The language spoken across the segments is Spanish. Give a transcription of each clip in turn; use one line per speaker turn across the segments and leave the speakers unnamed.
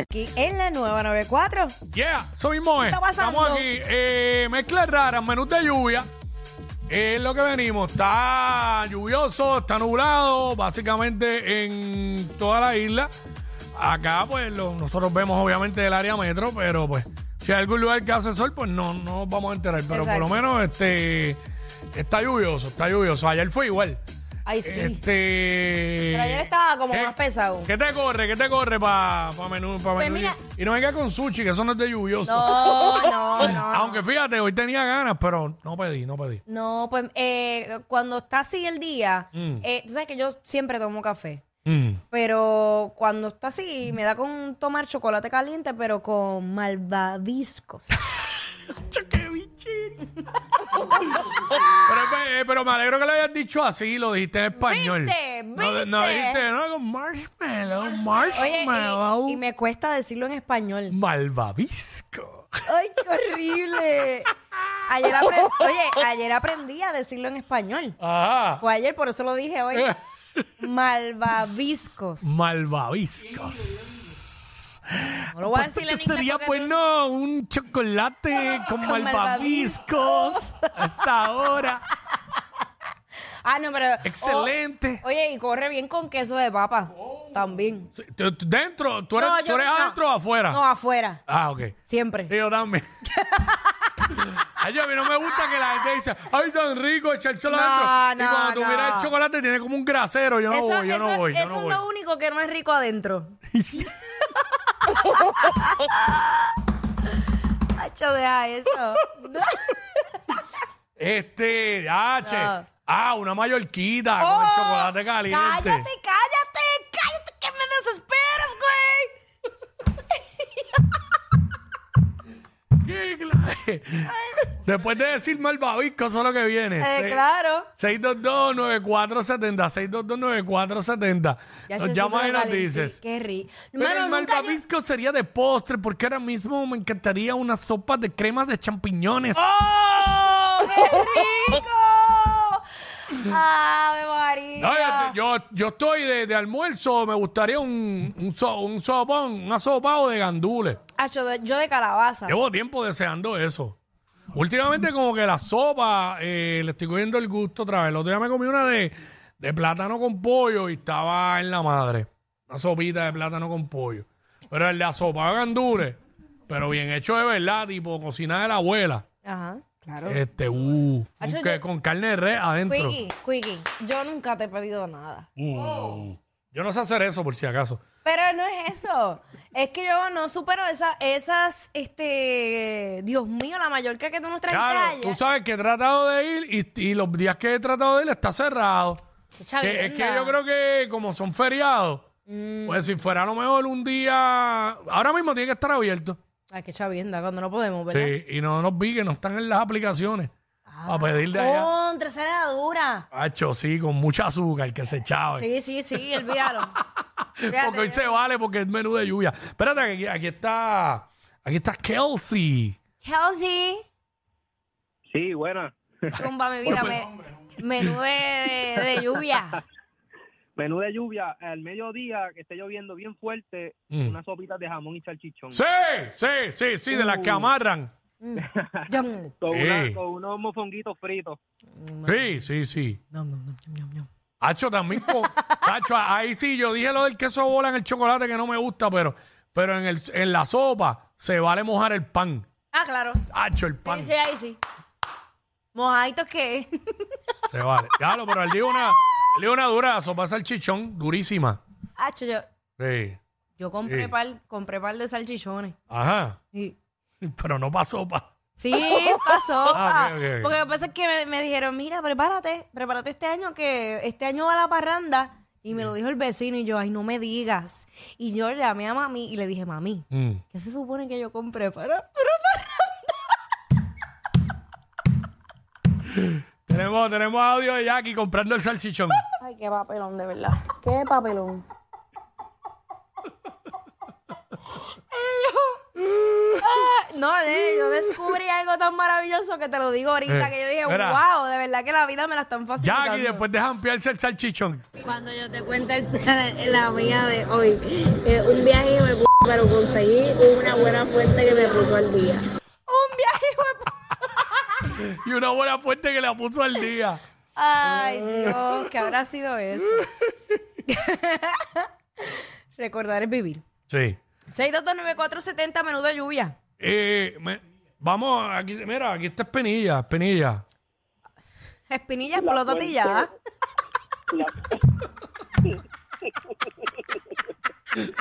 Aquí en la nueva 94.
Yeah, soy Moe.
está pasando?
Estamos aquí. Eh, mezclas raras, menús de lluvia. Es lo que venimos. Está lluvioso, está nublado, básicamente en toda la isla. Acá, pues, lo- nosotros vemos obviamente el área metro, pero pues, si hay algún lugar que hace sol, pues no, no nos vamos a enterar. Pero por lo
Exacto.
menos, este, está lluvioso, está lluvioso. Ayer fue igual.
Ay, sí.
Eh. Este.
Pero ayer estaba como
¿qué-
más pesado.
¿Qué te corre? ¿Qué te corre para pa menú? pa
Pues
menú?
mira-
y no venga con sushi, que eso no es de lluvioso.
No, no, no.
Aunque fíjate, hoy tenía ganas, pero no pedí, no pedí.
No, pues eh, cuando está así el día, eh, tú sabes que yo siempre tomo café.
Mm.
Pero cuando está así, me da con tomar chocolate caliente, pero con malvaviscos.
Pero, eh, pero me alegro que lo hayas dicho así, lo dijiste en español.
¿Viste?
No, no
¿Viste?
dijiste, no, con marshmallow,
Oye,
marshmallow.
y, y me cuesta decirlo en español.
Malvavisco.
¡Ay, qué horrible! Ayer apren- Oye, ayer aprendí a decirlo en español.
Ajá.
Fue ayer, por eso lo dije hoy. Malvaviscos.
Malvaviscos.
No lo voy a decir en inglés
Sería
porque tú-
bueno un chocolate con,
Con
malvaviscos hasta ahora.
Ah, no, pero.
Excelente.
o- oye, y corre bien con queso de papa. También.
Sí, tú- tú- Dentro, tú eres,
No,
tú
yo
eres
no-
adentro o afuera.
No, afuera.
Ah, ok.
Siempre.
Yo también. Ay, a mí no me gusta que la gente dice, ay, tan rico echárselo
No,
adentro. Y
no,
cuando tú
no.
miras el chocolate tiene como un grasero. Yo no
eso
voy, yo
eso-
no voy, yo
eso
no
es
voy.
lo único que no es rico adentro. Hacho, deja eso.
Este, ah, che.
No.
Ah, una mallorquita con el
Oh,
chocolate caliente.
Cállate, cállate, cállate, que me desesperas, güey.
Qué clase. Después de decir malvavisco, eso es lo que viene.
Eh,
Se-
claro.
622-9470, 622-9470. Nos
se
llamas
siente
y nos
caliente.
dices.
Qué rico.
Pero
Mano,
el
nunca yo-
malvavisco sería de postre, porque ahora mismo me encantaría una sopa de cremas de champiñones.
¡Oh, qué rico! ¡Ave María!
No, yo- yo, yo estoy de, de almuerzo, me gustaría un, un, so- un sopón, una sopa o de gandules.
Hacho, de- yo de calabaza.
Llevo tiempo deseando eso. Últimamente como que la sopa eh, le estoy cogiendo el gusto otra vez. El otro día me comí una de, de plátano con pollo y estaba en la madre. Una sopita de plátano con pollo. Pero el de la sopa de gandules, pero bien hecho de verdad, tipo cocina de la abuela.
Ajá, claro.
Este, uh,
Hacho,
con, que-
yo-
con carne de res adentro.
Quickie, Quickie, yo nunca te he pedido nada.
Uh, Yo no sé hacer eso por si acaso.
Pero no es eso. Es que yo no supero esa- esas, este, Dios mío, la Mallorca que tú nos trajiste
Claro,
ayer.
tú sabes que he tratado de ir y, y los días que he tratado de ir está cerrado.
Qué
Que- es que
chavienda.
yo creo que como son feriados,
Mm.
pues si fuera a lo mejor un día, ahora mismo tiene que estar abierto.
Ay, qué chavienda, cuando no podemos, ¿verdad? Ah,
Sí, y no nos vi que no están en las aplicaciones a pedir de allá.
Contra, esa era dura.
Hacho, sí, con mucha azúcar que se chave.
Sí, sí, sí, olvídalo.
porque hoy se vale porque es menú de lluvia. Espérate, aquí, aquí está, aquí está Kelsey.
Kelsey,
Sí, buena.
zumba mi vida, me,
pues.
menú de, de- de lluvia.
Menú de lluvia, al mediodía que esté lloviendo bien fuerte,
Mm.
unas sopitas de jamón y salchichón.
Sí, sí, sí, sí, de las que amarran.
Yum,
Con,
Sí.
una- con unos mofonguitos fritos.
Sí, sí, sí.
yum, yum, yum, yum, yum.
Hacho, también con- Hacho, ahí sí, yo dije lo del queso bola en el chocolate que no me gusta, pero, pero en, el, en la sopa se vale mojar el pan.
Ah, claro.
Hacho, el pan.
Sí, sí, ahí sí. Mojaditos que
Se vale. Claro, pero él dio una, él dio una dura la sopa de salchichón, durísima.
Hacho, yo,
Sí.
yo compré
Sí.
par, compré par de salchichones.
Ajá.
Sí.
Pero no para sopa.
Sí, pasó.
Ah, ok, ok, ok.
Porque lo que pasa es que me, me dijeron, mira, prepárate, prepárate este año que este año va la parranda Y me lo dijo el vecino y yo, ay, no me digas. Y yo llamé a mami y le dije, mami,
Mm.
¿qué se supone que yo compré para, para
Tenemos, tenemos audio de Jackie comprando el salchichón.
Ay, qué papelón, de verdad. Qué papelón.
No, nene, yo descubrí algo tan maravilloso que te lo digo ahorita,
Eh,
que yo dije,
mira.
wow, de verdad que la vida me la están facilitando.
Jackie, después de ampliarse el salchichón.
Cuando yo te cuento el- eh, la, mía de hoy, eh, un viaje hijo de p- pero conseguí una buena fuente que me puso al día.
Un viaje, hijo de pu-
Y una buena fuente que la puso al día.
Ay, Dios, ¿qué habrá sido eso? Recordar es vivir.
Sí.
6229470, menudo lluvia.
Eh, me- vamos, aquí, mira, aquí está Espinilla, Espinilla.
Espinilla explotó ya.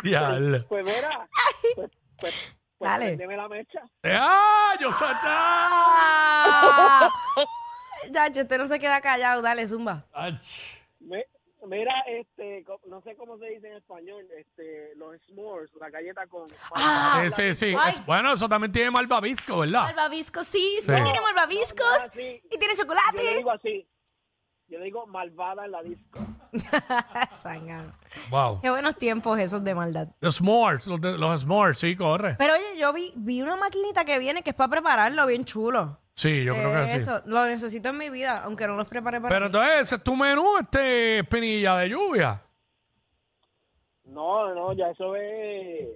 Diablo.
Pues mira, pues, pues, pues
Dale.
préndeme la mecha.
Eh, ¡Ah! ¡Yo salté!
Ah. Chacho, usted no se queda callado, dale, zumba.
Ach.
Me- mira, este, co- no sé cómo se dice en español, este, los s'mores, la galleta con...
Eh, sí, sí.
Ay.
Es- bueno, eso también tiene malvavisco, ¿verdad?
Malvaviscos, sí, sí,
Sí.
tiene malvaviscos.
sí.
Y tiene
Yo le
chocolate.
digo así, yo le digo malvada en la disco.
Sangano.
Wow.
Qué buenos tiempos esos de maldad.
Los s'mores, los, de- los s'mores, sí, corre.
Pero oye, yo vi, vi una maquinita que viene que es para prepararlo bien chulo. Eh,
Sí, yo creo que sí.
Eso, lo necesito en mi vida, aunque no los prepare para mí.
Pero entonces, ese es tu menú, este Espinilla, de lluvia.
No, no, ya eso es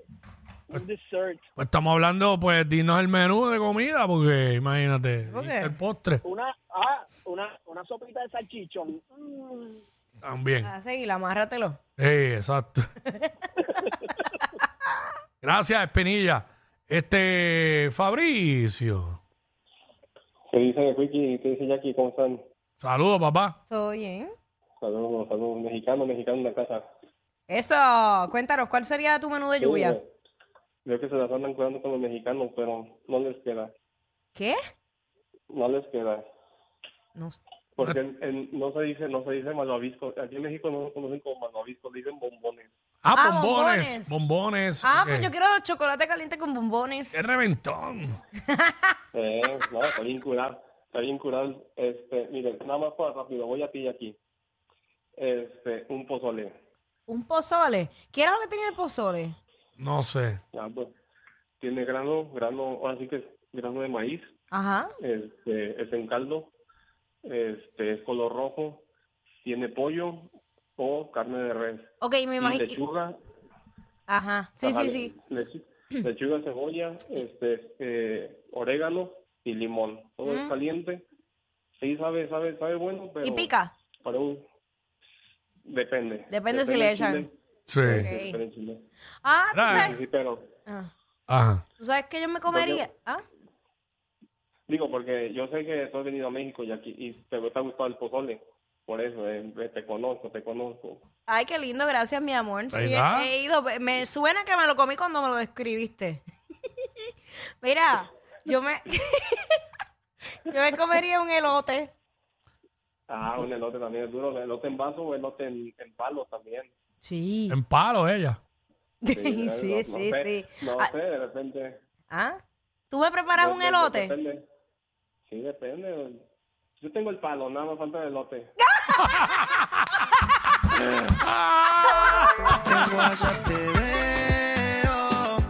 un dessert,
Pues estamos hablando, pues, dinos el menú de comida, porque imagínate,
¿Por qué?
dijiste el postre
una, ah, una, una sopita de salchichón. Mm.
también.
Ah, sí, amárratelo.
Sí, exacto. Gracias, Espinilla. Este, Fabricio.
¿Qué dice Ricky? ¿Qué dice Jackie? ¿Cómo están?
Saludos, papá.
¿Todo bien?
Saludos, saludos. Mexicano, mexicano en la casa.
Eso, cuéntanos, ¿cuál sería tu menú de lluvia?
Sí, Veo que se las andan cuidando con los mexicanos, pero no les queda.
¿Qué?
No les queda.
No sé.
Porque en- en- no se dice, no se dice malvavisco. Aquí en México no lo conocen como malvavisco, dicen bombones.
Ah,
Ah,
bombones. Bombones.
Ah,
ok.
pues yo quiero chocolate caliente con bombones.
¡Qué reventón!
Eh, no, está bien curado. Está bien curado. Este, miren, nada más para rápido, voy a ti aquí. Este, un pozole.
Un pozole. ¿Qué era lo que tenía el pozole?
No sé.
Ah, pues, tiene grano, grano, ahora sí que es grano de maíz.
Ajá.
este, es en caldo, este, es color rojo, tiene pollo o carne de res,
Ok, me
y
imagino.
lechuga,
Ajá. Sí,
ajá,
sí, sí.
lechu- lechuga, cebolla, este, eh, orégano y limón. Todo es caliente, sí sabe, sabe, sabe bueno, pero
¿Y pica?
para un- depende.
Depende si le
del
echan.
chile,
Sí.
Ok.
depende del chile.
Ah, ¿tú
Ra-
Sí,
sabes?
sí, pero
Ah.
Ajá.
¿Tú sabes que yo me comería? ¿Ah?
digo porque yo sé que tú has venido a México y aquí y te te ha gustado el pozole, por eso eh, te conozco, te conozco.
Ay, qué lindo, gracias, mi amor. Sí,
¿Verdad?
he, he ido. Me suena que me lo comí cuando me lo describiste. Mira, yo me. yo me comería un elote.
Ah, un elote también es duro. Elote en vaso o elote en, en palo también.
Sí.
En palo ella.
Sí,
no-
sí,
no
sí,
sé,
sí.
No
Ah,
sé, de repente.
¿Ah? ¿Tú me preparas un
depende,
elote?
Depende. Sí, depende. Yo tengo el palo, nada más falta el elote.
Tengo WhatsApp, te veo.